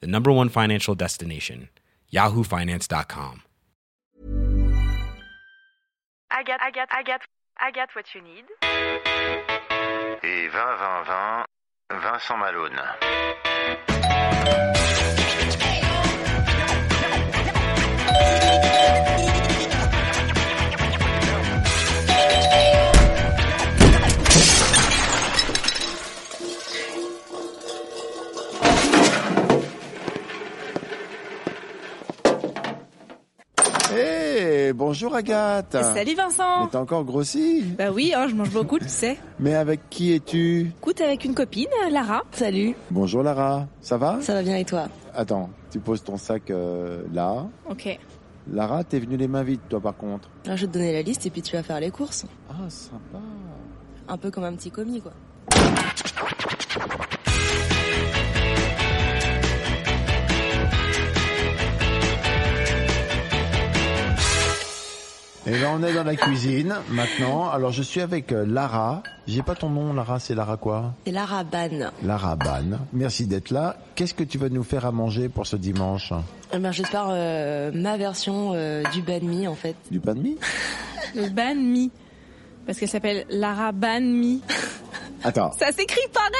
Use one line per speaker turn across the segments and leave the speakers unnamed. the number one financial destination, yahoofinance.com.
I get, I get, I get, I get what you need.
Et 20-20-20, Vincent Malone.
Eh, bonjour Agathe.
Salut
Ah. Mais
Vincent
t'as encore grossi
Bah oui, hein, je mange beaucoup, tu sais.
Mais avec qui es-tu
Écoute, avec une copine, Lara.
Salut,
Bonjour Lara, ça va
ça va bien et toi
Attends, tu poses ton sac euh, là.
Ok.
Lara, t'es venue les mains vides toi par contre.
Alors je vais te donner la liste et puis tu vas faire les courses.
Ah, sympa.
Un peu comme un petit commis quoi.
Et là on est dans la cuisine maintenant. Alors je suis avec euh, Lara. J'ai pas ton nom Lara, c'est Lara quoi
C'est Lara Ban.
Lara Ban. Merci d'être là. Qu'est-ce que tu vas nous faire à manger pour ce dimanche
Eh ben, je vais te faire euh, ma version euh, du banh mi en fait.
Du pain de mie
Le Ban Mi. Parce qu'elle s'appelle Lara Ban Mi.
Attends,
Ça s'écrit pareil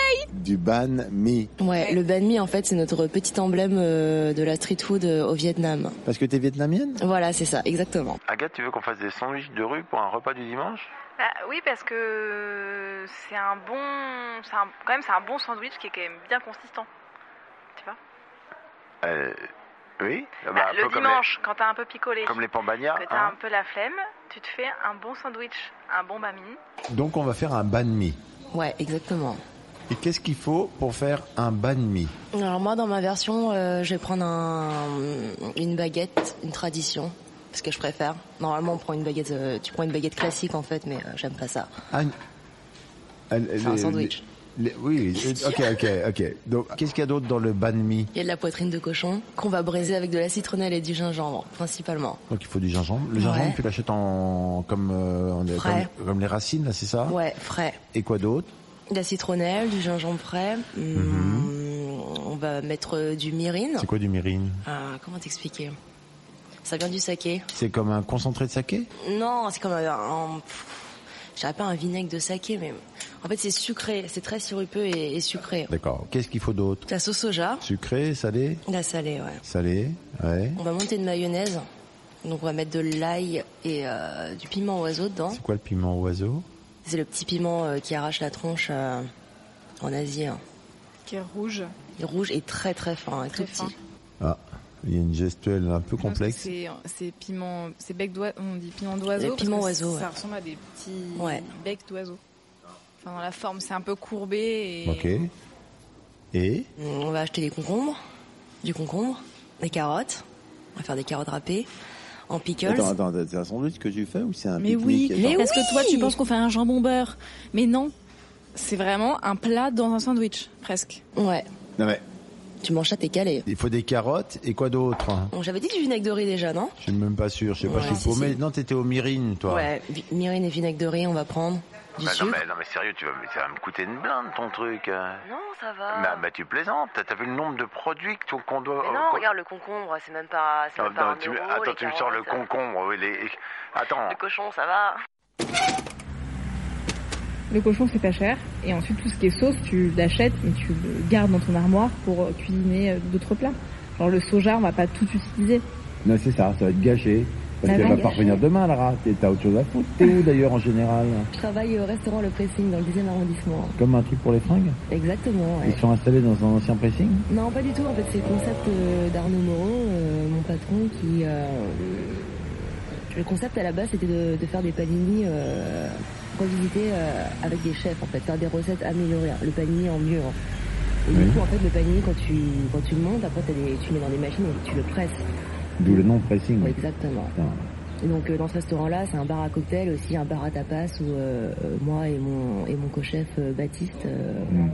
du ban mi.
Ouais, le banh mi en fait c'est notre petit emblème euh, de la street food euh, au Vietnam.
Parce que t'es vietnamienne
Voilà, c'est ça, exactement.
Agathe, tu veux qu'on fasse des sandwichs de rue pour un repas du dimanche
Bah oui, parce que c'est un bon, c'est un- quand même c'est un bon sandwich qui est quand même bien consistant. Tu vois
Euh, oui Ah bah,
Bah,
un peu
Le
comme
dimanche, quand t'as un peu picolé,
les, comme les pambagnas,
que t'as
hein.
un peu la flemme, tu te fais un bon sandwich, un bon bamine.
Donc on va faire un ban mi.
Ouais, exactement.
Et qu'est-ce qu'il faut pour faire un ban mi
Alors moi dans ma version euh, je vais prendre un, une baguette, une tradition. Parce que je préfère. Normalement, on prend une baguette. euh, tu prends une baguette classique en fait, mais euh, j'aime pas ça.
Ah, une- Elle-
C'est un
les-
sandwich.
les- les- oui, euh, ok, ok, ok. Donc, qu'est-ce qu'il y a d'autre dans le banh mi
Il y a de la poitrine de cochon qu'on va braiser avec de la citronnelle et du gingembre, principalement.
Donc, il faut du gingembre. Le gingembre,
Ouais.
tu l'achètes en comme, euh, en-
Frais.
comme comme les racines, là, c'est ça
Ouais, frais.
Et quoi d'autre
De la citronnelle, du gingembre frais. Hum, On va mettre euh, du mirin.
Mhm. C'est quoi du mirin
Ah, comment t'expliquer Ça vient du saké.
C'est comme un concentré de saké
Non, c'est comme un... un- pff, je dirais pas un vinaigre de saké, mais... En fait, c'est sucré. C'est très sirupeux et, et sucré.
D'accord. Qu'est-ce qu'il faut d'autre
De la sauce soja.
Sucré, salé
de La salée, ouais.
Salé, ouais.
On va monter une mayonnaise. Donc on va mettre de l'ail et euh, du piment oiseau dedans.
C'est quoi le piment oiseau
C'est le petit piment euh, qui arrache la tronche euh, en Asie. hein.
Qui est rouge.
Il est rouge et très très fin, hein,
Très
tout
fin.
petit.
Ah, il y a une gestuelle un peu
Je pense que
complexe.
C'est euh, c'est piment, c'est bec d'oiseau, on dit piment d'oiseau.
Le
parce
piment
que
oiseau,
Ça
ouais.
ressemble à des petits
Ouais.
becs d'oiseau. Enfin, dans la forme, c'est un peu courbé et.
Ok. Et
On va acheter des concombres, du concombre, des carottes. On va faire des carottes râpées en pickles.
attends, c'est un sandwich que tu fais ou c'est un
Mais oui,
Mais
parce que toi
oui
tu penses qu'on fait un jambon beurre. Mais non, c'est vraiment un plat dans un sandwich, presque.
Ouais,
Non mais
tu manges ça, t'es calé.
il faut des carottes et quoi d'autre hein
Bon, J'avais dit du vinaigre de riz déjà, non
Je suis même pas sûr, je sais pas,
Ouais,
je suis
si,
paumé.
si.
Non, t'étais au Mirine, toi.
Ouais, vi- mirin et vinaigre de riz, on va prendre du
Bah, non,
sucre.
mais, non, mais sérieux, tu vas, mais ça va me coûter une blinde ton truc. euh.
Non, ça va.
Bah, bah, tu plaisantes, t'as t'as vu le nombre de produits que tu- qu'on doit... euh,
Mais
qu'on-
le concombre, c'est même pas, c'est
Oh, Non, non, tu me- attends, tu me sors le concombre. oui, les- Attends,
cochon, ça va.
Le cochon, c'est pas cher. Et ensuite, tout ce qui est sauce, tu l'achètes, mais tu le gardes dans ton armoire pour euh, cuisiner euh, d'autres plats. Genre le soja, on va pas tout utiliser.
Non, c'est ça, ça va être gâché. Parce
Ça
qu'elle
va
va
être
pas
gâché.
revenir demain, Lara. T'es- T'as autre chose à foutre. T'es où d'ailleurs en général
Je travaille au restaurant Le Pressing dans le 10e arrondissement.
Comme un truc pour les fringues
Exactement, ouais.
Ils sont installés dans un ancien pressing
Non, pas du tout. En fait, c'est le concept euh, d'Arnaud Moreau, euh, mon patron, qui. euh, le concept à la base, c'était de, de faire des panini euh, revisités euh, avec des chefs, en fait, faire des recettes améliorées. Le panini en mieux. hein. Et du
Oui.
coup, en fait, le panini, quand tu, quand tu le montes, après, t'as des, tu le mets dans des machines et tu le presses.
D'où le nom pressing.
Ouais, exactement.
Putain.
Et donc, euh, dans ce restaurant-là, c'est un bar à cocktail, aussi un bar à tapas où euh, euh, moi et mon, et mon co-chef euh, Baptiste, euh,
Mm.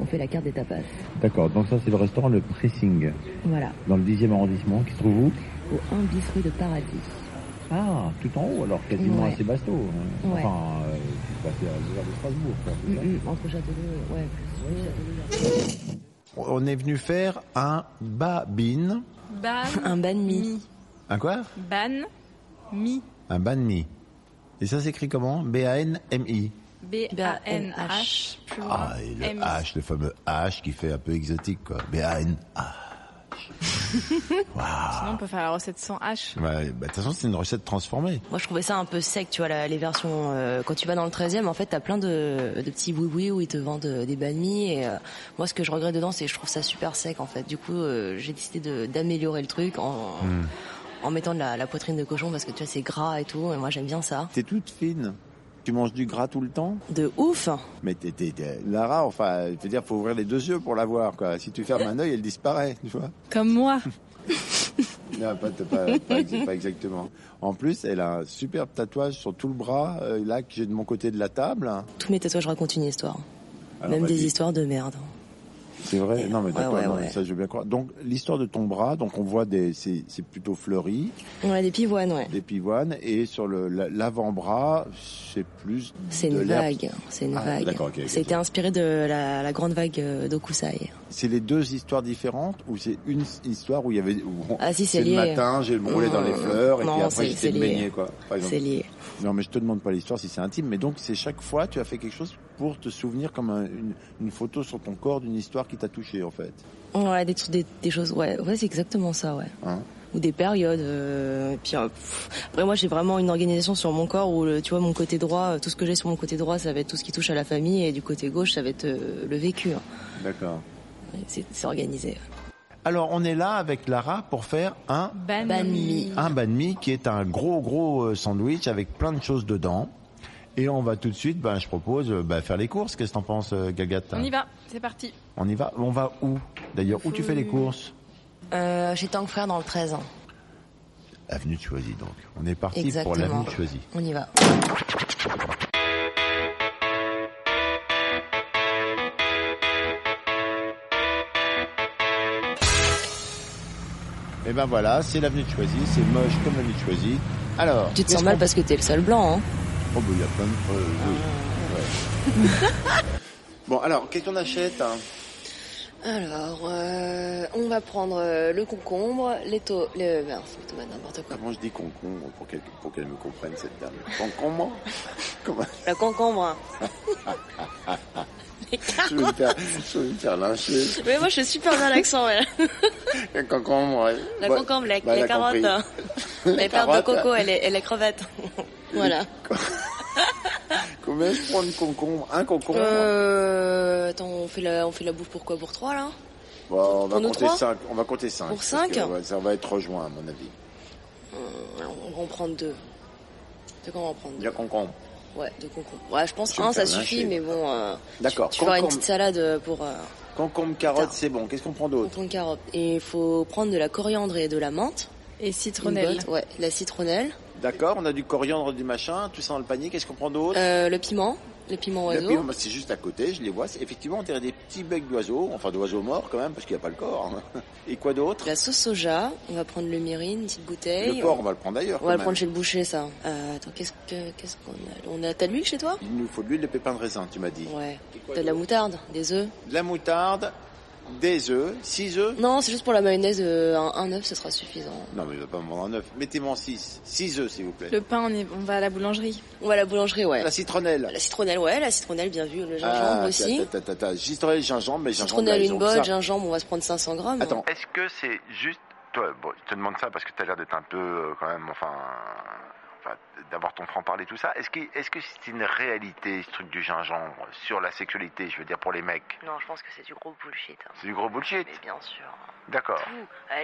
on fait la carte des tapas.
D'accord, donc ça c'est le restaurant Le Pressing,
Voilà,
dans le 10e arrondissement, qui se trouve où
au 1 bis rue de Paradis.
Ah, tout en haut alors, quasiment
Ouais.
à Sébasto. hein.
Ouais.
Enfin, euh, bah, c'est à l'heure de Strasbourg. quoi, c'est ça
Mm, mm, entre Châteauroux et... Ouais, plus Châteauroux et-
On est venu faire un babine.
Ban.
Un banh mi.
Un quoi
Ban. Mi.
Un ban mi. Et ça s'écrit comment B-A-N-M-I.
B-A-N-H. plus loin,
Ah, et le
M.
H, le fameux H qui fait un peu exotique, quoi. B-A-N-H.
Sinon, on peut faire la recette sans H.
Ouais, bah, De toute façon, c'est une recette transformée.
Moi, je trouvais ça un peu sec, tu vois, la- les versions. euh, quand tu vas dans le 13e, en fait, t'as plein de, de petits oui-oui où ils te vendent euh, des banh mi. Et euh, moi, ce que je regrette dedans, c'est que je trouve ça super sec, en fait. Du coup, euh, j'ai décidé de- d'améliorer le truc en, en mettant de la, la poitrine de cochon parce que tu vois, c'est gras et tout. Et moi, j'aime bien ça.
T'es toute fine. Tu manges du gras tout le temps.
De ouf
Mais t'es, t'es, t'es- Lara, enfin, je veux dire, faut ouvrir les deux yeux pour la voir, quoi. Si tu fermes un œil, elle disparaît, tu vois.
Comme moi.
Non, pas, pas- pas ex- pas exactement. En plus, elle a un superbe tatouage sur tout le bras, euh, là, que j'ai de mon côté de la table.
Tous mes tatouages racontent une histoire.
Alors,
Même
vas-y.
des histoires de merde.
C'est vrai, non, mais
Ouais,
d'accord,
ouais,
non,
ouais.
mais ça, je veux bien croire. Donc, l'histoire de ton bras, donc, on voit des, c'est, c'est plutôt fleuri,
On a des pivoines, ouais.
des pivoines, et sur le, la- l'avant-bras, c'est plus.
C'est
de
une
l'herbe.
vague, hein, c'est une
Ah,
vague.
d'accord, ok, ok,
C'était
ok.
inspiré de la, la grande vague euh, d'Okusai.
C'est les deux histoires différentes, ou c'est une histoire où il y avait. où on-
Ah si, c'est
c'est le
lié.
matin, j'ai brûlé dans les
Non,
fleurs, et
non,
puis après,
c'est-
j'étais
c'est lié.
baigné, quoi. Par exemple.
C'est lié.
Non, mais je te demande pas l'histoire si c'est intime, mais donc c'est chaque fois tu as fait quelque chose pour te souvenir comme un- une, une photo sur ton corps d'une histoire qui t'a touché en fait.
Ouais, des, trucs- des, des choses, ouais, ouais, c'est exactement ça, ouais.
Hein
Ou des périodes. euh, et puis euh, pff, après, moi, j'ai vraiment une organisation sur mon corps où, le- tu vois, mon côté droit, euh, tout ce que j'ai sur mon côté droit, ça va être tout ce qui touche à la famille, et du côté gauche, ça va être euh, le vécu. hein.
D'accord.
Ouais, C'est c'est organisé.
Alors on est là avec Lara pour faire un
Ban.
Ban mi.
un banh mi qui est un gros gros euh, sandwich avec plein de choses dedans. Et on va tout de suite, ben je propose euh, ben, faire les courses. Qu'est-ce que t'en penses, euh, Gagat
On y va. C'est parti.
On y va. On va où D'ailleurs, où tu fais les courses
Euh, chez Tank Frère dans le 13 ans.
Avenue de Choisy donc. On est parti
Exactement.
pour l'avenue de Choisy.
On y va.
Et ben voilà, c'est l'avenue de Choisy. C'est moche comme l'avenue de Choisy. Alors,
Tu te
qu'est-ce
sens mal
qu'on-
parce que t'es le seul blanc, hein.
Oh, bah, il y a plein de. euh, oui. Ouais. bon, alors, qu'est-ce qu'on achète hein
Alors, euh, on va prendre euh, le concombre, les to le, ben, c'est les tomates, n'importe quoi.
Comment Ah, je dis concombre pour qu'elle pour qu'elle me comprenne, cette dame Concombre Comment
Le concombre.
je vais, me faire, je vais me faire lyncher.
Mais moi, je suis super bien l'accent, ouais.
Le concombre, ouais.
La
Bon,
concombre, la,
bah,
les
elle a compris.
carottes, les perles de
carottes.
coco et les, et les crevettes. voilà.
Combien je prends de concombre Un concombre
Euh, attends, on fait la, on fait la bouffe pour quoi Pour trois, là
Bon, on, va
pour nous
compter
trois
cinq. on va compter 5.
Pour cinq
Ça va être rejoint, à mon avis.
On va en prendre deux. De quoi on va en prendre
Il
deux
y a concombre.
Ouais, deux concombres. Ouais, je pense
Je vais
un,
me
ça
faire
suffit,
lyncher.
mais bon... euh,
D'accord,
Tu, tu feras une
concombre,
petite salade pour... Euh,
concombre,
Putain.
carotte, c'est bon. Qu'est-ce qu'on prend d'autre
concombre, carotte. Et il faut prendre de la coriandre et de la menthe.
Et
Une
citronnelle.
botte, ouais, la citronnelle.
D'accord, on a du coriandre, du machin, tout ça dans le panier. Qu'est-ce qu'on prend d'autre
Euh, le piment, le piment
Et
oiseau.
puis, bah, c'est juste à côté, je les vois. C'est- Effectivement, on dirait des petits becs d'oiseaux, enfin d'oiseaux morts quand même, parce qu'il n'y a pas le corps. hein. Et quoi d'autre
La sauce soja, on va prendre le myrine, une petite bouteille.
Le corps, on va le prendre d'ailleurs.
On va
quand
le
même.
prendre chez le boucher, ça. Euh, attends, qu'est-ce que, qu'est-ce qu'on a On a, t'as de l'huile chez toi
Il nous faut de l'huile de pépins de raisin, tu m'as dit.
Ouais. T'as de la moutarde, des œufs
De la moutarde, des œufs, 6 œufs.
Non, c'est juste pour la mayonnaise, euh, un, un œuf, ce sera suffisant.
Non, mais il va pas me vendre un œuf. Mettez-moi 6. 6 œufs, s'il vous plaît.
Le pain, on, est- on va à la boulangerie.
On va à la boulangerie, ouais.
La citronnelle.
La citronnelle, ouais, la citronnelle, bien vu. Le
Ah,
gingembre
attends,
aussi.
Attends, attends, attends. Citronnelle, gingembre, mais gingembre.
citronnelle,
là, ils
une
ont
botte,
ça.
gingembre, on va se prendre 500 grammes.
Attends.
Est-ce que c'est juste. Toi, bon, je te demande ça parce que tu as l'air d'être un peu, euh, quand même, enfin. enfin, D'avoir ton franc-parler, tout ça. Est-ce que est-ce que c'est une réalité, ce truc du gingembre, sur la sexualité, je veux dire, pour les mecs
Non, je pense que c'est du gros bullshit. hein.
C'est du gros bullshit.
bien sûr.
D'accord.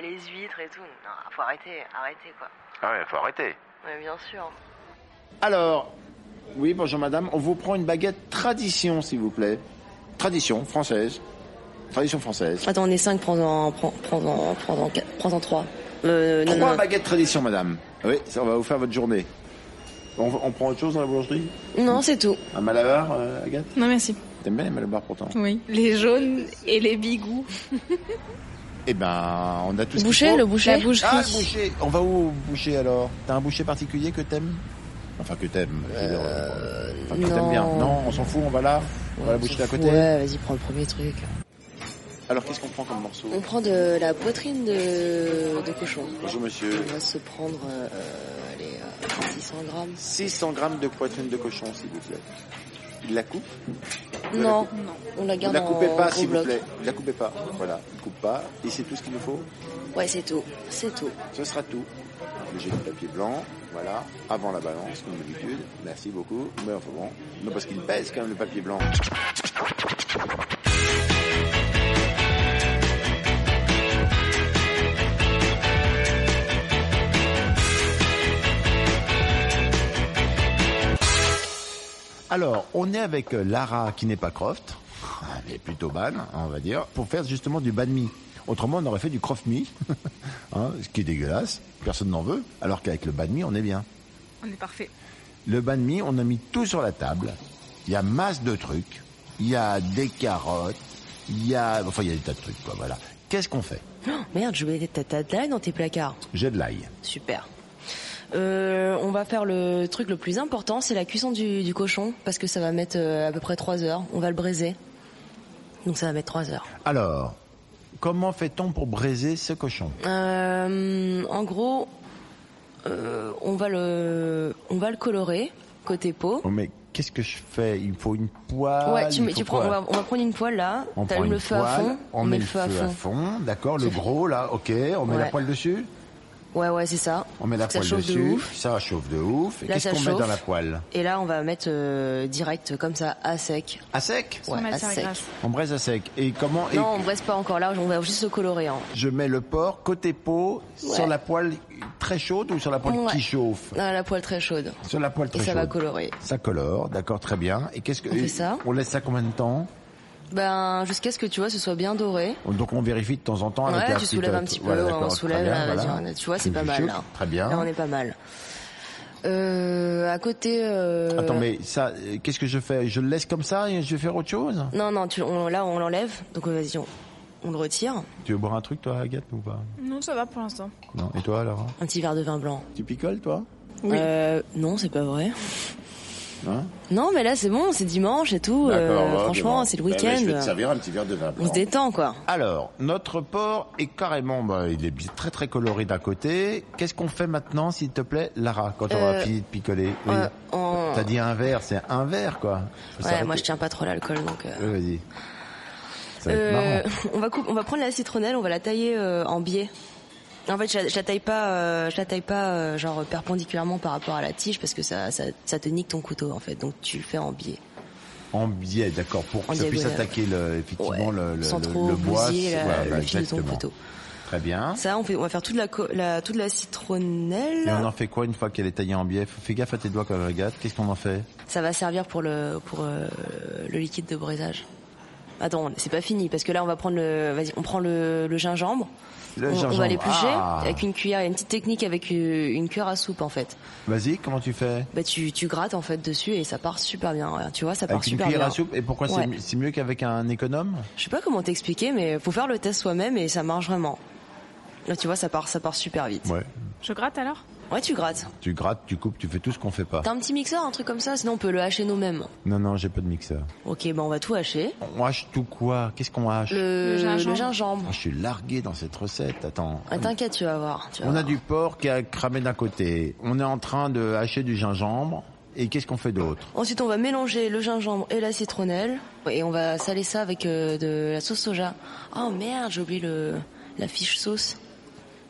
les huîtres et tout. Non, faut arrêter, arrêter quoi.
Ah ouais, faut arrêter.
Ouais, bien sûr.
Alors, oui, bonjour madame. On vous prend une baguette tradition, s'il vous plaît. Tradition française. Tradition française.
Attends, on est 5, prends-en, prends- prends-en, prends-en, quatre- prends-en 3. Euh, non, non,
Trois bah.
non.
baguettes tradition, madame. Oui, ça on va vous faire votre journée. On, on prend autre chose dans la boulangerie
Non, c'est tout.
Un malabar, euh, Agathe
Non, merci.
T'aimes bien les malabars pourtant
Oui.
Les jaunes et les bigous.
Eh ben, on a tout ce qu'il
Boucher,
faut.
le
La
boucher
boucherie.
Ah, le boucher On va où au boucher alors T'as un boucher particulier que t'aimes Enfin, que t'aimes. je veux dire, euh, enfin, que
non.
t'aimes bien. Non, on s'en fout, on va là. On va à la
Ouais,
boucherie
c'est
d'à
fou.
côté.
Ah. Ouais, vas-y, prends le premier truc.
Alors, qu'est-ce qu'on prend comme morceau
On prend de la poitrine de, de cochon.
Bonjour monsieur.
On va se prendre, euh, euh, allez, euh, 600 grammes.
600 grammes de poitrine de cochon, s'il vous plaît. Il la coupe Vous
Non, on la
Ne
garde
la coupez
en
pas,
gros
s'il vous
bloc.
plaît. Ne la coupez pas. Voilà, ne coupe pas. Et c'est tout ce qu'il nous faut
Ouais, c'est tout, c'est tout.
Ce sera tout. J'ai du papier blanc, voilà, avant la balance, comme d'habitude. Merci beaucoup. Mais enfin bon, non, parce qu'il pèse quand même le papier blanc. Alors, on est avec euh, Lara, qui n'est pas Croft, mais plutôt Ban, on va dire, pour faire justement du banh mi. Autrement, on aurait fait du Croft mi, hein, ce qui est dégueulasse, personne n'en veut, alors qu'avec le banh mi, on est bien.
On est parfait.
Le banh mi, on a mis tout sur la table. Il y a masse de trucs. Il y a des carottes. Il y a, enfin, il y a des tas de trucs, quoi. Voilà. Qu'est-ce qu'on fait
Merde, je vais ta ta- ta- dans tes placards.
J'ai de l'ail.
Super. Euh, on va faire le truc le plus important, c'est la cuisson du, du cochon, parce que ça va mettre euh, à peu près 3 heures. On va le braiser. Donc ça va mettre 3 heures.
Alors, comment fait-on pour braiser ce cochon
Euh, en gros, euh, on va le, on va le colorer côté peau.
Oh, mais qu'est-ce que je fais Il faut une poêle.
Ouais, tu,
il
mets-
faut
tu prends,
quoi
on va, on va prendre une poêle là.
On prend
T'allumes
une
le feu à
poêle,
fond.
on met le feu à fond, d'accord, le gros là, ok, on met la
Ouais.
poêle dessus,
Ouais, ouais, c'est ça.
on met la
Ça
poêle
chauffe de
dessus,
ouf.
ça chauffe de ouf, et
Là,
qu'est-ce
ça
qu'on met
chauffe.
dans la poêle
Et là, on va mettre euh, direct comme ça à sec.
À sec
Ouais, à
matière
sec.
grasse.
On braise à sec, et comment et
Non, on braise pas encore là. On va juste le colorer. Hein.
Je mets le porc côté peau sur
Ouais.
la poêle très chaude ou sur la poêle
Ouais.
qui chauffe
Ah, la poêle très chaude.
Sur la poêle
Et
très
ça
chaude.
va colorer.
Ça colore, d'accord, très bien. Et qu'est-ce que
On fait ça.
on laisse ça combien de temps
Ben, jusqu'à ce que tu vois, ce soit bien doré.
Donc on vérifie de temps en temps avec
Ouais,
la
tu
petite- euh,
soulèves un petit peu,
voilà,
ouais,
d'accord,
on
très
soulève,
bien,
là,
voilà.
vas-y, tu vois,
Tu
c'est
me
pas
fais
mal.
chaud,
Là.
Très bien.
Là, on est pas mal. Euh, à côté. Euh...
Attends, mais ça, euh, qu'est-ce que je fais Je le laisse comme ça et je vais faire autre chose
Non, non, tu, on, là, on l'enlève. Donc, euh, vas-y, on, on le retire.
Tu veux boire un truc, toi, Agathe, ou pas
Non, ça va pour l'instant.
Non. Et toi, alors hein?
Un petit verre de vin blanc.
Tu picoles, toi
Oui.
Euh, non, c'est pas vrai.
Hein
Non, mais là, c'est bon, c'est dimanche et tout.
D'accord,
euh,
ouais,
franchement,
bon.
c'est le
Ben, ben,
week-end.
je vais te servir un petit verre de vin
on se
blanc.
détend, quoi.
Alors, notre porc est carrément, bah, il est bi- très très coloré d'un côté. Qu'est-ce qu'on fait maintenant, s'il te plaît, Lara, quand on aura
Euh,
fini de picoler Oui.
Euh, on-
T'as dit un verre, c'est un verre, quoi. Faut
Ouais,
s'arrêter.
moi, je tiens pas trop l'alcool, donc. euh,
Oui, vas-y. Ça va être
Euh,
marrant.
on va couper- on va prendre la citronnelle, on va la tailler euh, en biais. En fait, je la, je la taille pas, euh, je la taille pas euh, genre perpendiculairement par rapport à la tige parce que ça, ça, ça te nique ton couteau en fait. Donc tu le fais en biais.
En biais, d'accord, pour que
En
ça puisse
diagonale.
attaquer le, effectivement le, le,
sans
le-
trop
le bois.
bousiller la-
c'est- voilà,
le fil de ton
exactement.
couteau.
Très bien.
Ça, on fait, on va faire toute la, co- la toute la citronnelle.
Et on en fait quoi une fois qu'elle est taillée en biais Faut- Fais gaffe à tes doigts quand même, regarde. Qu'est-ce qu'on en fait
Ça va servir pour le pour euh, le liquide de braisage. Attends, c'est pas fini parce que là on va prendre le, vas-y, on prend le, le gingembre.
Le
on, on
gingembre,
va l'éplucher
ah.
avec une cuillère. Il y a une petite technique avec une, une cuillère à soupe en fait.
Vas-y, comment tu fais
Bah tu, tu grattes en fait dessus et ça part super bien. ouais. Tu vois, ça part
Avec une
super
cuillère
bien.
à soupe. Et pourquoi c'est
Ouais.
mi- c'est mieux qu'avec un économe
Je sais pas comment t'expliquer, mais faut faire le test soi-même et ça marche vraiment. Là tu vois, ça part ça part super vite.
Ouais.
Je gratte alors
Ouais, tu grattes.
Tu grattes, tu coupes, tu fais tout ce qu'on fait pas.
T'as un petit mixeur, un truc comme ça, sinon on peut le hacher nous-mêmes.
Non, non, j'ai pas de mixeur.
Ok, bah on va tout hacher.
On hache tout quoi Qu'est-ce qu'on hache
Le,
Le gingembre.
le gingembre.
Oh, Je suis largué dans cette recette. Attends.
Ah, T'inquiète, tu vas voir. tu vas
On a
voir.
du porc qui a cramé d'un côté. On est en train de hacher du gingembre. Et qu'est-ce qu'on fait d'autre
Ensuite, on va mélanger le gingembre et la citronnelle et on va saler ça avec euh, de la sauce soja. Oh merde, j'ai oublié le la fiche sauce.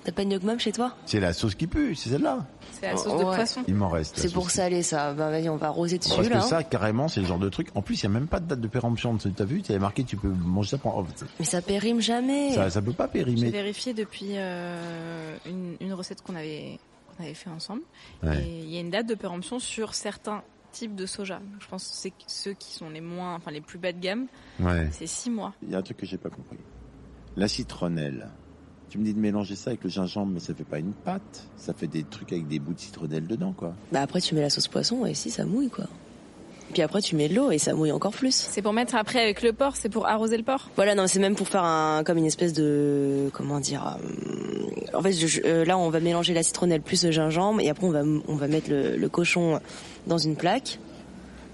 T'as pas de gnocchmam chez toi
C'est la sauce qui pue, c'est celle-là.
C'est
Oh,
la sauce de
Ouais.
poisson.
Il m'en reste. la
C'est pour
sauce
saler ça. hein. Bah vas-y, on va arroser dessus
Parce
là.
que ça, carrément, c'est le genre de truc. En plus, il n'y a même pas de date de péremption. Tu as vu, tu avais marqué, tu peux manger ça pendant.
Mais ça périme jamais.
Ça, ça peut pas
J'ai
périmer.
vérifié depuis euh, une, une recette qu'on avait, qu'on avait fait ensemble.
Ouais.
Et il y a une date de péremption sur certains
types de soja. Donc, Je pense que c'est ceux qui sont les moins, enfin les plus bas de gamme,
Ouais.
c'est 6 mois.
Il y a un truc que j'ai pas compris. La citronnelle. Tu me dis de mélanger ça avec le gingembre, mais ça fait pas une pâte. Ça fait des trucs avec des bouts de citronnelle dedans, quoi.
Bah après tu mets la sauce poisson et si ça mouille quoi. Puis après tu mets de l'eau et ça mouille encore plus.
C'est pour mettre après avec le porc, c'est pour arroser le porc.
Voilà, non, c'est même pour faire un comme une espèce de comment dire. euh, En fait, je- je- euh, là, on va mélanger la citronnelle plus le gingembre et après on va on va mettre le, le cochon dans une plaque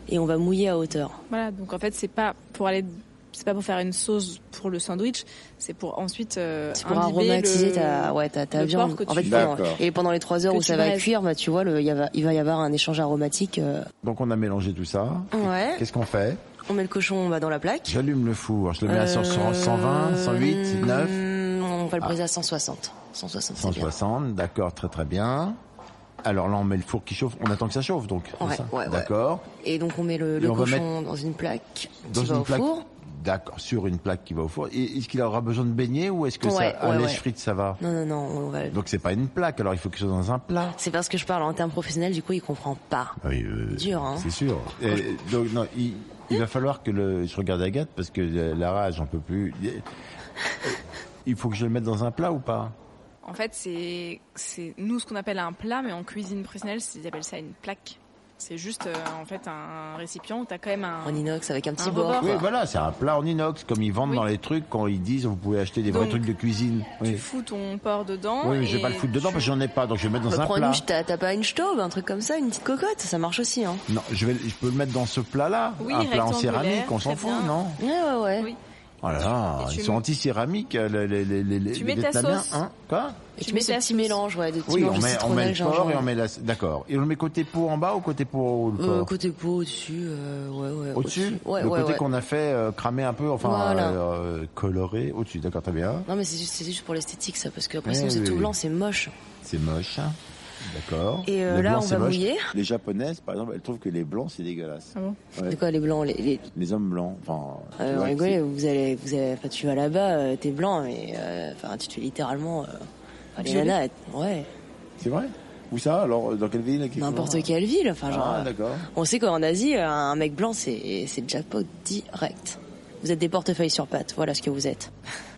et on va mouiller à hauteur.
Voilà, donc en fait, c'est pas pour aller c'est pas pour faire une sauce pour le sandwich, c'est pour ensuite euh,
C'est pour
imbiber
aromatiser
le-
ta ouais ta, ta
le
viande.
porc que
En
tu-
fait, pendant-
D'accord.
et pendant les trois heures
Que
où
tu
ça va
braises.
cuire, bah tu vois, le, il y a- il va y avoir un échange aromatique. euh.
Donc on a mélangé tout ça.
Ouais.
Qu'est-ce qu'on fait
On met le cochon bah, dans la plaque.
J'allume le four. Je le mets à cent- Ah.
Euh,
120, 108, 9,
hum, On va le briser à 160. 160, c'est bien.
160. D'accord, très très bien. Alors là, on met le four qui chauffe. On attend que ça chauffe, donc. c'est
Ouais,
ça
ouais, ouais.
D'accord.
Et donc on met le,
Et
le
on va
cochon dans une plaque
Dans
qui va
une
au
plaque.
four.
D'accord, sur une plaque qui va au four. Et est-ce qu'il aura besoin de baigner ou est-ce que
Ouais,
ça, à
ouais,
lèche
ouais.
frite, ça va
Non, non, non, on va.
Donc c'est pas une plaque. Alors il faut que ce soit dans un plat.
C'est parce que je parle en termes professionnels, du coup, il comprend pas.
Oui, euh,
Dur, hein.
C'est sûr. Et Euh, donc, non, il, il va falloir que le, je regarde Agathe parce que euh, la rage, j'en peux plus. Euh, Il faut que je le mette dans un plat ou pas
En fait, c'est c'est nous ce qu'on appelle un plat, mais en cuisine professionnelle, ils appellent ça une plaque. C'est juste euh, en fait un récipient où t'as quand même un
En inox avec un petit
Un
bord.
rebord.
Oui,
quoi.
voilà, c'est un plat en inox, comme ils vendent
Oui.
dans les trucs quand ils disent vous pouvez acheter des vrais
Donc,
trucs de cuisine.
tu
Oui,
fous ton porc dedans.
oui mais je vais
et
pas le foutre dedans
tu-
parce que j'en ai pas, donc je vais le mettre dans
Bah,
un
prends
plat.
une, t'as t'as pas une staube, un truc comme ça, une petite cocotte, ça marche aussi, hein.
Non, je vais, je peux le mettre dans ce plat-là,
Oui,
un plat en
rectangulaire,
céramique, on s'en
très
fout,
bien.
non
Ouais, ouais, ouais.
Oui.
Oh là là,
Et tu
ils sont
mets-
anti-céramiques, euh, les, les, les, les,
Tu
les
mets ta
Vietnamiens,
sauce.
hein Quoi
Et tu,
Tu
mets
mets
ce
la
petit
sauce.
mélange, ouais, de petits
Oui,
mélanges
on
de euh,
met, on met
citronnelle,
le porc et on
gingembre.
met la... D'accord. Et on le met côté pot en bas ou côté pot haut, le
Euh,
porc
côté pot, au-dessus, euh, ouais, ouais.
Au-dessus
Ouais,
Le
ouais,
côté
ouais.
qu'on a fait euh, cramer un peu, enfin
Voilà.
euh, coloré. Au-dessus, d'accord, très bien.
Non, mais c'est juste, c'est juste pour l'esthétique, ça, parce que après,
Eh
sinon, c'est
oui,
tout
oui.
blanc, c'est moche.
C'est moche. hein. D'accord.
Et euh,
Le
là,
blanc,
on
c'est
va
moche.
mouiller.
Les japonaises, par exemple, elles trouvent que les blancs, c'est dégueulasse. Ouais.
De quoi, les blancs, les, les-
Les hommes blancs, enfin... tu
Euh,
vois,
rigolez, vous allez, vous allez, enfin, tu vas là-bas, euh, t'es blanc, mais euh, enfin, tu te fais littéralement. euh, enfin, les
Violer.
nanas, elles- ouais,
c'est- C'est vrai Où ça Alors, dans quelle ville quelque
n'importe
chose
quelle ville, enfin, genre.
Ah,
euh,
d'accord.
on sait qu'en Asie, euh, un mec blanc, c'est, c'est le jackpot direct. Vous êtes des portefeuilles sur pattes, voilà ce que vous êtes.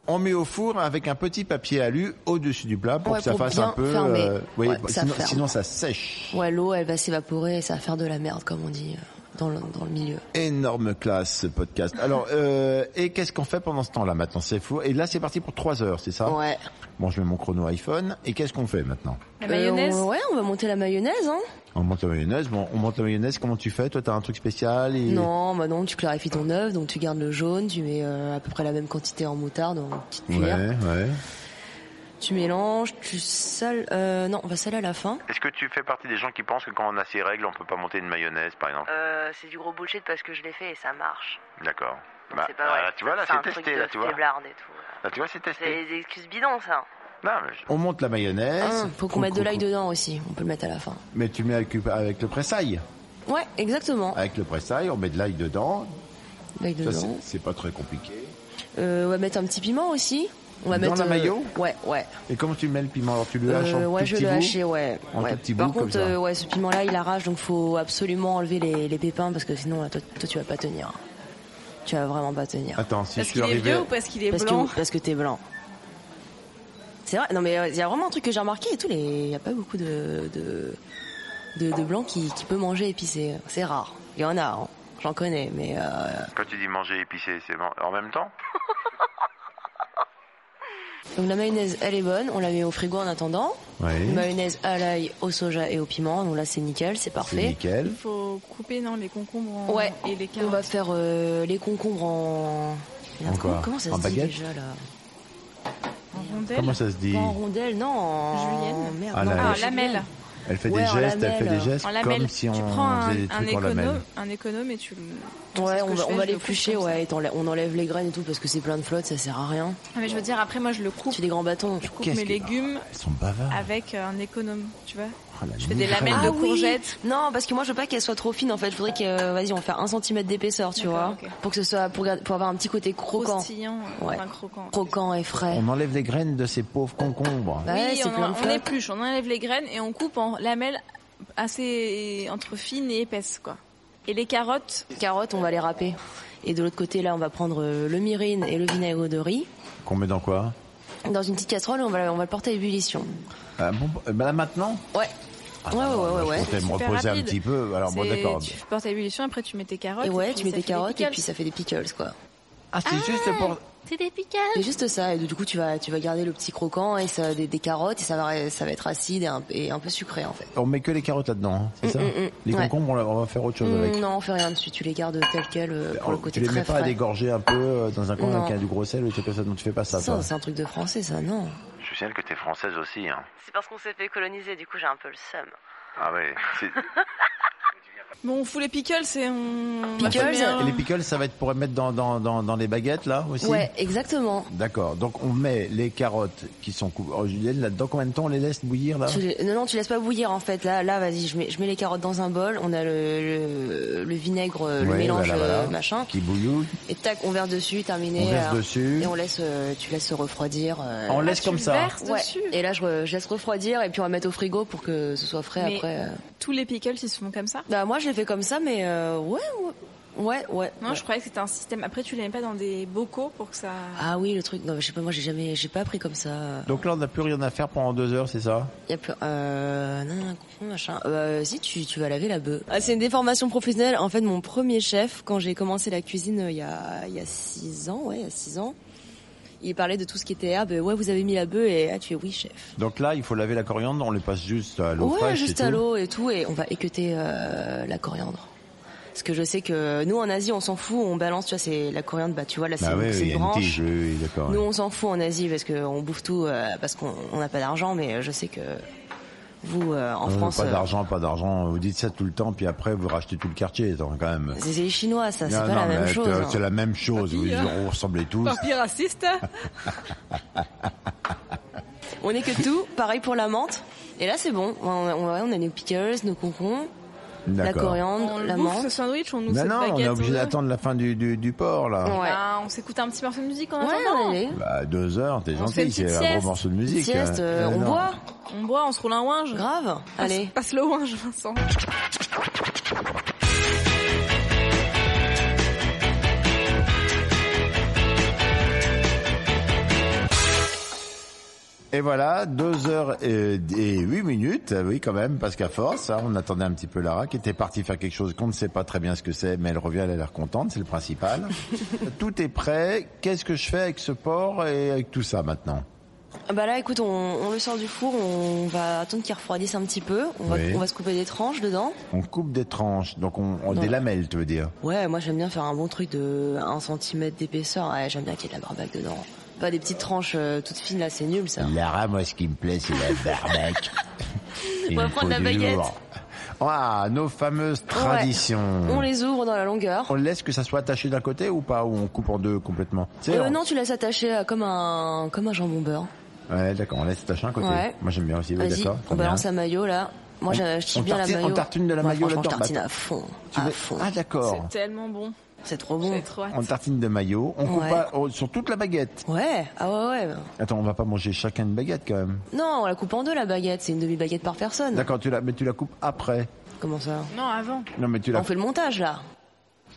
On met au four avec un petit papier alu au-dessus du plat pour
Ouais,
que ça
pour
fasse
bien
un peu.
fermer.
oui,
Ouais,
bah,
ça
sinon,
ferme.
sinon ça sèche.
Ouais, l'eau, elle va s'évaporer, et ça va faire de la merde, comme on dit, euh, dans le, dans le milieu.
Énorme classe ce podcast. Alors, euh, et qu'est-ce qu'on fait pendant ce temps-là maintenant C'est fou. Et là, c'est parti pour 3 heures, c'est ça
Ah. Ouais.
Bon, je mets mon chrono iPhone. Et qu'est-ce qu'on fait maintenant
La mayonnaise.
Euh, on- ouais, on va monter la mayonnaise, hein.
On monte la mayonnaise. Bon, on monte la mayonnaise. Comment tu fais Toi, t'as un truc spécial et...
Non, bah non, tu clarifies ton œuf, donc tu gardes le jaune, tu mets euh, à peu près la même quantité en moutarde, en petite
Ouais,
cuillère.
ouais.
Tu mélanges, tu sales, euh, non, on va saler à la fin.
Est-ce que tu fais partie des gens qui pensent que quand on a ces règles, on peut pas monter une mayonnaise, par exemple
Euh, c'est du gros bullshit parce que je l'ai fait et ça marche.
D'accord.
Donc
Bah,
c'est pas vrai.
là, tu vois, là,
C'est un
c'est
truc
testé,
de
là, tu vois.
faiblarde et tout.
Là, tu vois, c'est
C'est
testé.
des excuses bidons, ça.
Non, mais je-
On monte la mayonnaise.
Ah, faut qu'on
Coupe,
mette de
coupe,
l'ail
coupe.
dedans aussi, on peut le mettre à la fin.
Mais tu le mets avec, avec le pressail.
Ouais, exactement.
Avec le pressail, on met de l'ail dedans.
L'ail
Ça,
dedans.
c'est- c'est pas très compliqué.
Euh, on va mettre un petit piment aussi. On va
Dans
mettre euh,
la mayo
Ouais, ouais.
Et comment tu mets le piment Alors, tu le haches
Euh,
en
ouais,
tout
je
petit
vais le
bout
hacher, ouais.
En
ouais.
tout petit
Par
bout, comme
contre,
ça.
euh, ouais, ce piment-là, il arrache, donc faut absolument enlever les, les pépins parce que sinon, là, toi, toi, tu vas pas tenir. Tu vas vraiment pas tenir.
Attends, si
Parce
je suis
qu'il est
arrivé.
vieux ou parce qu'il est
parce
blanc
que parce que t'es blanc. C'est vrai. Non mais euh, il y a vraiment un truc que j'ai remarqué et tout. Les y a pas beaucoup de de de, de blancs qui qui peut manger épicé. C'est rare. Il y en a. hein. J'en connais, mais euh,
quand tu dis manger épicé, c'est man- en même temps
donc la mayonnaise, elle est bonne. On la met au frigo en attendant. Une
Oui.
mayonnaise à l'ail, au soja et au piment. Donc là, c'est nickel, c'est
C'est
parfait.
nickel.
Il faut couper non les concombres en-
Ouais.
et les
On
carottes.
va faire euh, les concombres en
En quoi
comment, comment ça
En
se
baguette
dit déjà là
en rondelles.
Comment ça se dit
Pas en rondelle, non. En...
Julienne.
Merde,
Ah,
non,
la-
pas
Ah, en
julienne.
lamelle.
Elle fait
Ouais,
des
en
gestes, elle
lamelle,
fait des
euh,
gestes
En lamelle.
comme si on
tu prends un,
faisait des
un
trucs en lamelle.
économe, un économe et tu. le- c'est
Ouais,
ce
on
que
va,
je
on va
fais, je le coupe
l'éplucher,
comme ça.
ouais, et on l'a- on enlève les graines et tout parce que c'est plein de flotte, ça sert à rien.
Ah, mais je veux dire après moi je le coupe.
C'est des grands bâtons. hein.
Je coupe
Qu'est-ce Ah,
mes
que-
légumes
Elles sont bavardes.
avec euh, un économe, tu vois.
Oh, la
Ah, Je fais des
migraine.
lamelles de
oui.
courgettes.
Non, parce que moi je veux pas qu'elle soit trop fine en fait. Faudrait que, euh, vas-y, on va faire un centimètre d'épaisseur, tu vois,
D'accord, ok.
pour que ce soit, pour, garder- pour avoir un petit côté croquant,
Croustillant, euh,
Ouais.
enfin croquant.
croquant et frais.
On enlève les graines de ces pauvres concombres.
Bah ouais,
oui,
c'est
on,
plein
en-
de
on
flotte.
épluche, on enlève les graines et on coupe en lamelles assez entre fines et épaisses, quoi. Et les carottes
Carottes, on va les râper. Et de l'autre côté, là, on va prendre euh, le myrine et le vinaigre de riz.
Qu'on met dans quoi
Dans une petite casserole, on va, on va le porter à ébullition.
Ah bon, euh, ben là maintenant
Ouais.
Ah,
Ouais, ouais,
non,
ouais,
moi,
ouais,
Je comptais me
Super
reposer un
rapide.
petit peu. Alors bon,
C'est-
d'accord.
Tu portes à ébullition, après tu mets tes carottes.
Et ouais, tu mets
ça
des
fait
carottes et
pickles.
puis ça fait des pickles, quoi.
Ah, c'est juste pour.
C'est des piquets
C'est juste ça. Et du coup, tu vas, tu vas garder le petit croquant et ça, des, des carottes et ça va, ça va être acide et un, et un peu sucré, en fait.
On met que les carottes là-dedans, hein, c'est
Mm,
ça
mm, mm.
Les
Ouais.
concombres, on la- on va faire autre chose avec. Oh,
Mm, Non, on fait rien dessus. Tu les gardes telles quelles euh, pour le
tu
côté
les
très
mets pas à
frais.
dégorger un peu euh, dans un coin
Non.
avec un du gros sel ou des trucs comme ça. Donc tu fais pas ça,
Ça,
toi.
c'est un truc de français, ça, non
Je signale que t'es française aussi. Hein.
C'est parce qu'on s'est fait coloniser, du coup j'ai un peu le seum.
Ah ouais. c'est-
Bon, on fout les pickles et
Pickles,
on. on va faire
Et
bien-
les pickles, ça va être pour mettre dans, dans, dans, dans les baguettes là aussi.
Ouais, exactement.
D'accord. Donc on met les carottes qui sont coupées. Oh, Julienne, là-dedans, combien de temps on les laisse bouillir là
Tu les- Non, non, tu laisses pas bouillir en fait. Là, là, vas-y, je mets, je mets les carottes dans un bol. On a le, le, le vinaigre, euh, le
Ouais,
mélange,
voilà, voilà.
euh, machin.
Qui bouillou,
Et tac, on verse dessus, terminé.
on verse
alors.
dessus.
Et on laisse, euh, tu laisses refroidir. euh,
On laisse
Ah,
comme
tu
ça.
verses
ouais.
dessus.
Et là, je, re- je laisse refroidir et puis on va mettre au frigo pour que ce soit frais
Mais-
après. euh.
Tous les pickles, ils se font comme ça
Bah moi, je l'ai fait comme ça, mais euh, ouais, ouais, ouais, ouais.
Non,
ouais.
je croyais que c'était un système. Après, tu les mets pas dans des bocaux pour que ça.
Ah oui, le truc. Non, mais je sais pas. Moi, j'ai jamais, j'ai pas appris comme ça.
Donc là, on n'a plus rien à faire pendant deux heures, c'est ça
Y a plus, euh, non, non, non, machin. Euh, si tu, tu vas laver la bœuf. Ah, c'est une déformation professionnelle. En fait, mon premier chef, quand j'ai commencé la cuisine euh, il y a, il y a six ans, ouais, il y a six ans, il parlait de tout ce qui était herbe. Ouais, vous avez mis la bœuf et ah, tu es oui chef.
Donc là, il faut laver la coriandre, on les passe juste à l'eau
ouais,
fraîche.
juste
c'est
à
tout.
l'eau et tout, et on va équeuter euh, la coriandre. Parce que je sais que nous en Asie, on s'en fout, on balance, tu vois, c'est la coriandre, bah tu vois là, c'est
Ah
une-
ouais,
c'est
il y
une
a une
branche.
tige, oui, oui, d'accord.
Nous, on s'en fout en Asie parce qu'on bouffe tout euh, parce qu'on on n'a pas d'argent, mais euh, je sais que vous, euh, en
Euh,
France,
Pas
euh,
d'argent, pas d'argent. Vous dites ça tout le temps, puis après vous rachetez tout le quartier, attends, quand même.
c'est c'est euh, les Chinois, ça, c'est
Ah,
pas la
non,
même
mais
chose.
c'est-
hein.
C'est la même chose.
Papy,
oui,
hein.
on ressemblait tous.
Papier raciste
On est que tout, pareil pour la menthe. Et là, c'est bon, on, on, on a nos pickles, nos concombres, la
D'accord.
coriandre,
On
la
le bouffe
menthe.
ce sandwich, on nous
Non,
cette
non, on est
baguette,
obligé
on-
d'attendre la fin du, du, du porc, là.
hein. Ouais.
Bah, on s'écoute un petit morceau de musique en
Ouais,
attendant.
allez.
Bah, deux heures, t'es
On se fait
gentil,
une petite
c'est un gros
sieste.
morceau de musique.
Sieste,
hein.
euh,
Euh,
on
non.
boit,
On boit, on se roule un winge.
grave.
Passe-
Allez.
Passe le winge, Vincent.
Et voilà, deux heures et, et huit minutes, euh, oui quand même, parce qu'à force, hein, on attendait un petit peu Lara, qui était partie faire quelque chose qu'on ne sait pas très bien ce que c'est, mais elle revient, elle a l'air contente, c'est le principal. tout est prêt, qu'est-ce que je fais avec ce porc et avec tout ça maintenant
Bah là, écoute, on, on le sort du four, on va attendre qu'il refroidisse un petit peu. On va,
Oui.
on va se couper des tranches dedans.
On coupe des tranches, donc on, on
Non.
des lamelles, tu veux dire
Ouais, moi j'aime bien faire un bon truc de 1 cm d'épaisseur. Ouais, j'aime bien qu'il y ait de la barbaque dedans. Pas des petites tranches euh, toutes fines là, c'est nul ça.
Lara, moi ce qui me plaît, c'est la barbaque. Il
va
me
prendre
faut
la
du
baguette.
lourd. Ah, nos fameuses traditions.
On les ouvre dans la longueur.
On le laisse que ça soit attaché d'un côté ou pas Ou on coupe en deux complètement Tu sais,
Euh,
on-
non, tu laisses attacher euh, comme un comme un jambon beurre.
Ouais, d'accord, on laisse attaché un côté.
Ouais.
Moi j'aime bien aussi, oui,
Vas-y,
d'accord. très
on
bien.
balance la maillot là.
On-
Moi je je
on
kiffe bien la
tartine- on
maillot.
tartine de la
Moi,
mayo
franchement,
là-dedans.
je tartine
Bah,
à fond,
Tu
à
veux-
fond.
Ah d'accord.
C'est tellement bon.
C'est trop bon.
J'ai trop hâte.
On tartine de maillot, on coupe
Ouais.
pas- oh, sur toute la baguette.
Ouais, ah ouais ouais.
Attends, on va pas manger chacun une baguette quand même.
Non, on la coupe en deux la baguette, c'est une demi-baguette par personne.
D'accord, tu la, mais tu la coupes après.
Comment ça
Non, avant.
Non mais tu la.
On fait le montage là.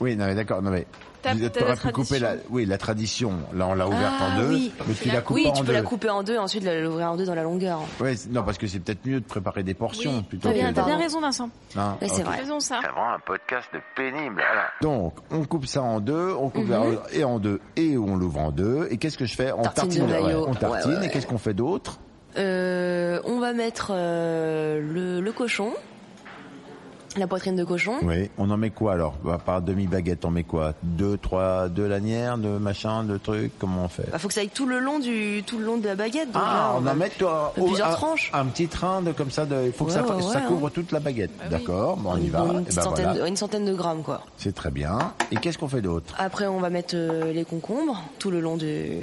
Oui, non mais d'accord, non mais.
T'as-
vous êtes-
t'as la
T'aurais pu couper la,
tradition.
oui, la tradition. Là, on l'a ouverte
Ah,
en deux,
oui.
mais tu la coupes
oui,
pas
tu
en
peux
deux.
la couper en deux et ensuite la- l'ouvrir en deux dans la longueur.
Ouais, c'est- non, parce que c'est peut-être mieux de préparer des portions
Oui,
plutôt
t'as bien,
que.
t'as bien
pardon.
raison, Vincent.
Non,
Ouais,
Ah, ok.
c'est
T'as
vrai.
raison, ça.
C'est vraiment un podcast de pénible. Alors,
Donc, on coupe ça en deux, on coupe la- et en deux, et on l'ouvre en deux. Et qu'est-ce que je fais On
Mhm. Tartine de
la-
maillot.
ouais, on tartine.
Ouais, ouais,
Et qu'est-ce qu'on fait d'autre
Euh, on va mettre euh, le, le cochon, la poitrine de cochon.
Oui. On en met quoi alors Bah, Par demi baguette, on met quoi Deux, trois, deux lanières, deux machins, deux trucs. Comment on fait
Bah, faut que ça aille tout le long du tout le long de la baguette. donc
Ah,
là,
on
va-
en met toi,
fait plusieurs tranches.
Un petit train de comme ça. De, il faut que
Ouais,
ça, fa-
ouais,
ça
ouais, Ah
couvre toute la baguette. D'accord. Bon, on y
une,
va.
bonne
Et
petite
ben
centaine,
voilà.
ouais, une centaine de grammes quoi.
C'est très bien. Et qu'est-ce qu'on fait d'autre
Après on va mettre euh, les concombres tout le long du.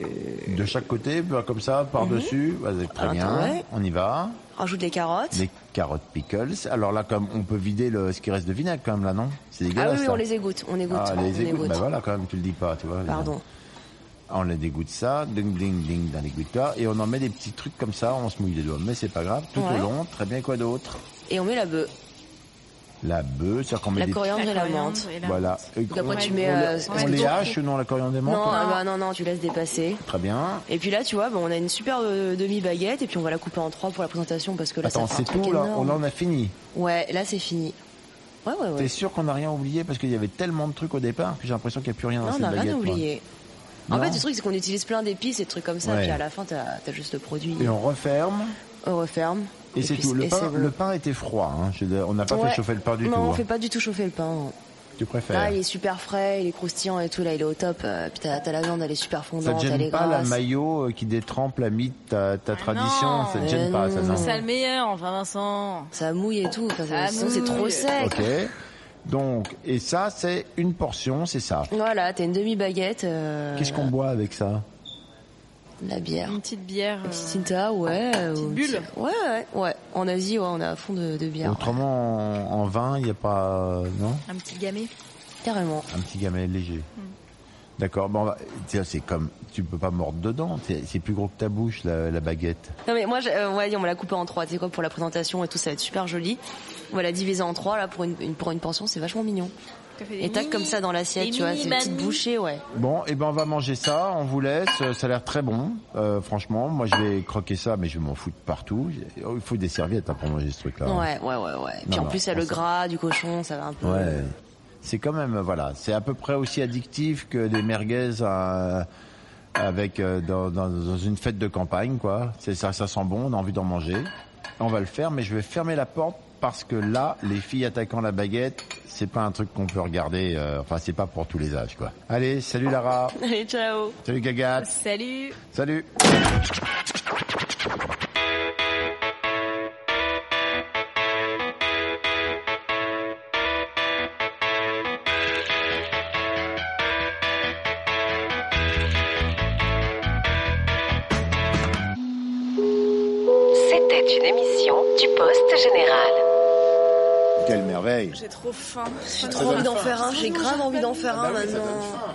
De chaque côté, bah, comme ça, par dessus. Vas-y, très
Euh. Mhm. Alors,
bien.
ouais.
On y va.
Rajoute les carottes.
Les carottes pickles. Alors là, comme on peut vider le, ce qui reste de vinaigre quand même là, non C'est
Ah
dégueulasse.
oui, oui,
ça.
on les égoutte, on égoutte,
Ah,
on
les égouttes.
égoutte.
Bah voilà, quand même, tu le dis pas, tu vois.
Pardon.
On les dégoûte ça, ding ding ding dans les gouttes là, et on en met des petits trucs comme ça, on se mouille les doigts. Mais c'est pas grave, tout au
Ouais.
long. Très bien, quoi d'autre
Et on met la bœuf.
La bœuf, c'est-à-dire qu'on met
La
des...
coriandre et la
coriandre
menthe.
et la
Voilà.
menthe.
Et
Donc après,
on-
tu mets,
on
euh,
les-
ce
on
que
les
tu
hache, non, la coriandre et menthe
Non,
là
ah bah non, non, tu laisses dépasser.
Très bien.
Et puis là, tu vois, bah, on a une super euh, demi-baguette et puis on va la couper en trois pour la présentation parce que là,
Attends,
ça fait
c'est
un truc
tout, là On
énorme.
en a fini.
Ouais, là, c'est fini. Ouais, ouais, ouais.
T'es sûr qu'on n'a rien oublié Parce qu'il y avait tellement de trucs au départ que j'ai l'impression qu'il n'y a plus rien
Non,
dans
on
hein, cette
n'a
baguette.
rien
moi.
oublié. En
Non.
fait, le truc, c'est qu'on utilise plein d'épices et de trucs comme ça,
Ouais.
puis à la fin, t'as as juste le produit.
Et on referme.
On referme.
Et, c'est
puis-
tout. Le
et
pain,
c'est bon.
le pain était froid. hein. Je veux dire, on n'a pas
Ouais.
fait chauffer le pain du
non,
tout.
on
hein.
fait pas du tout chauffer le pain.
Tu préfères.
Là, il est super frais, il est croustillant et tout. Là, il est au top. Euh, Puis t'as t'as la viande, elle est super
Ça te
fondante, elle
gêne
est
pas la
grasse.
maillot euh, qui détrempe la mythe, ta, ta
Ah
tradition
non.
Ça te
Mais
gêne pas, ça
non.
non
C'est ça le meilleur, enfin Vincent.
Ça mouille et tout. Enfin,
Ça
sinon, c'est trop
mouille.
sec.
Ok. Donc, et ça, c'est une portion, c'est ça.
Voilà, t'as une demi-baguette. euh,
Qu'est-ce qu'on boit avec ça
La bière.
Une petite bière.
Une petite
euh,
Cinta, ouais. euh,
petite
ou une
bulle.
petite- Ouais, ouais, ouais. En Asie, ouais, on est à fond de, de bière.
Autrement, en, en vin, il n'y a pas. euh, Non
Un petit gamay.
Carrément.
Un petit gamet léger. D'accord, bon, on va- tiens, c'est comme. Tu peux pas mordre dedans, c'est c'est plus gros que ta bouche, la, la baguette.
Non mais moi, j'ai- euh, ouais, on va la couper en trois. Tu sais quoi, pour la présentation et tout, ça va être super joli. On va la diviser en trois là pour une, une- pour une pension, c'est vachement mignon.
T'as fait des
Et tac
mini-
comme ça dans l'assiette,
des
tu vois, c'est une petite
mini-mamies.
bouchée, ouais.
Bon, et ben on va manger ça, on vous laisse, euh, ça a l'air très bon. Euh, franchement, moi je vais croquer ça, mais je vais m'en foutre partout. J'ai- oh, Il faut des serviettes hein, pour manger ce truc-là. hein.
Ouais, ouais, ouais, ouais. Puis
Non,
en
non,
plus, il y a
on
le
s'en-
gras du cochon, ça va un peu.
Ouais. C'est quand même, euh, voilà, c'est à peu près aussi addictif que des merguez à- avec euh, dans, dans- dans une fête de campagne, quoi. C'est ça, ça sent bon, on a envie d'en manger. On va le faire, mais je vais fermer la porte parce que là, les filles attaquant la baguette, c'est pas un truc qu'on peut regarder. euh, enfin, c'est pas pour tous les âges, quoi. Allez, salut Lara,
Allez, ciao.
salut Gagat,
Salut.
salut.
C'était une émission du Poste Général.
Quelle merveille
J'ai trop faim. J'ai
J'ai trop envie d'en faire un. J'ai grave envie d'en faire
bah
un maintenant.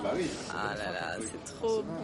Ah là là, c'est trop bon.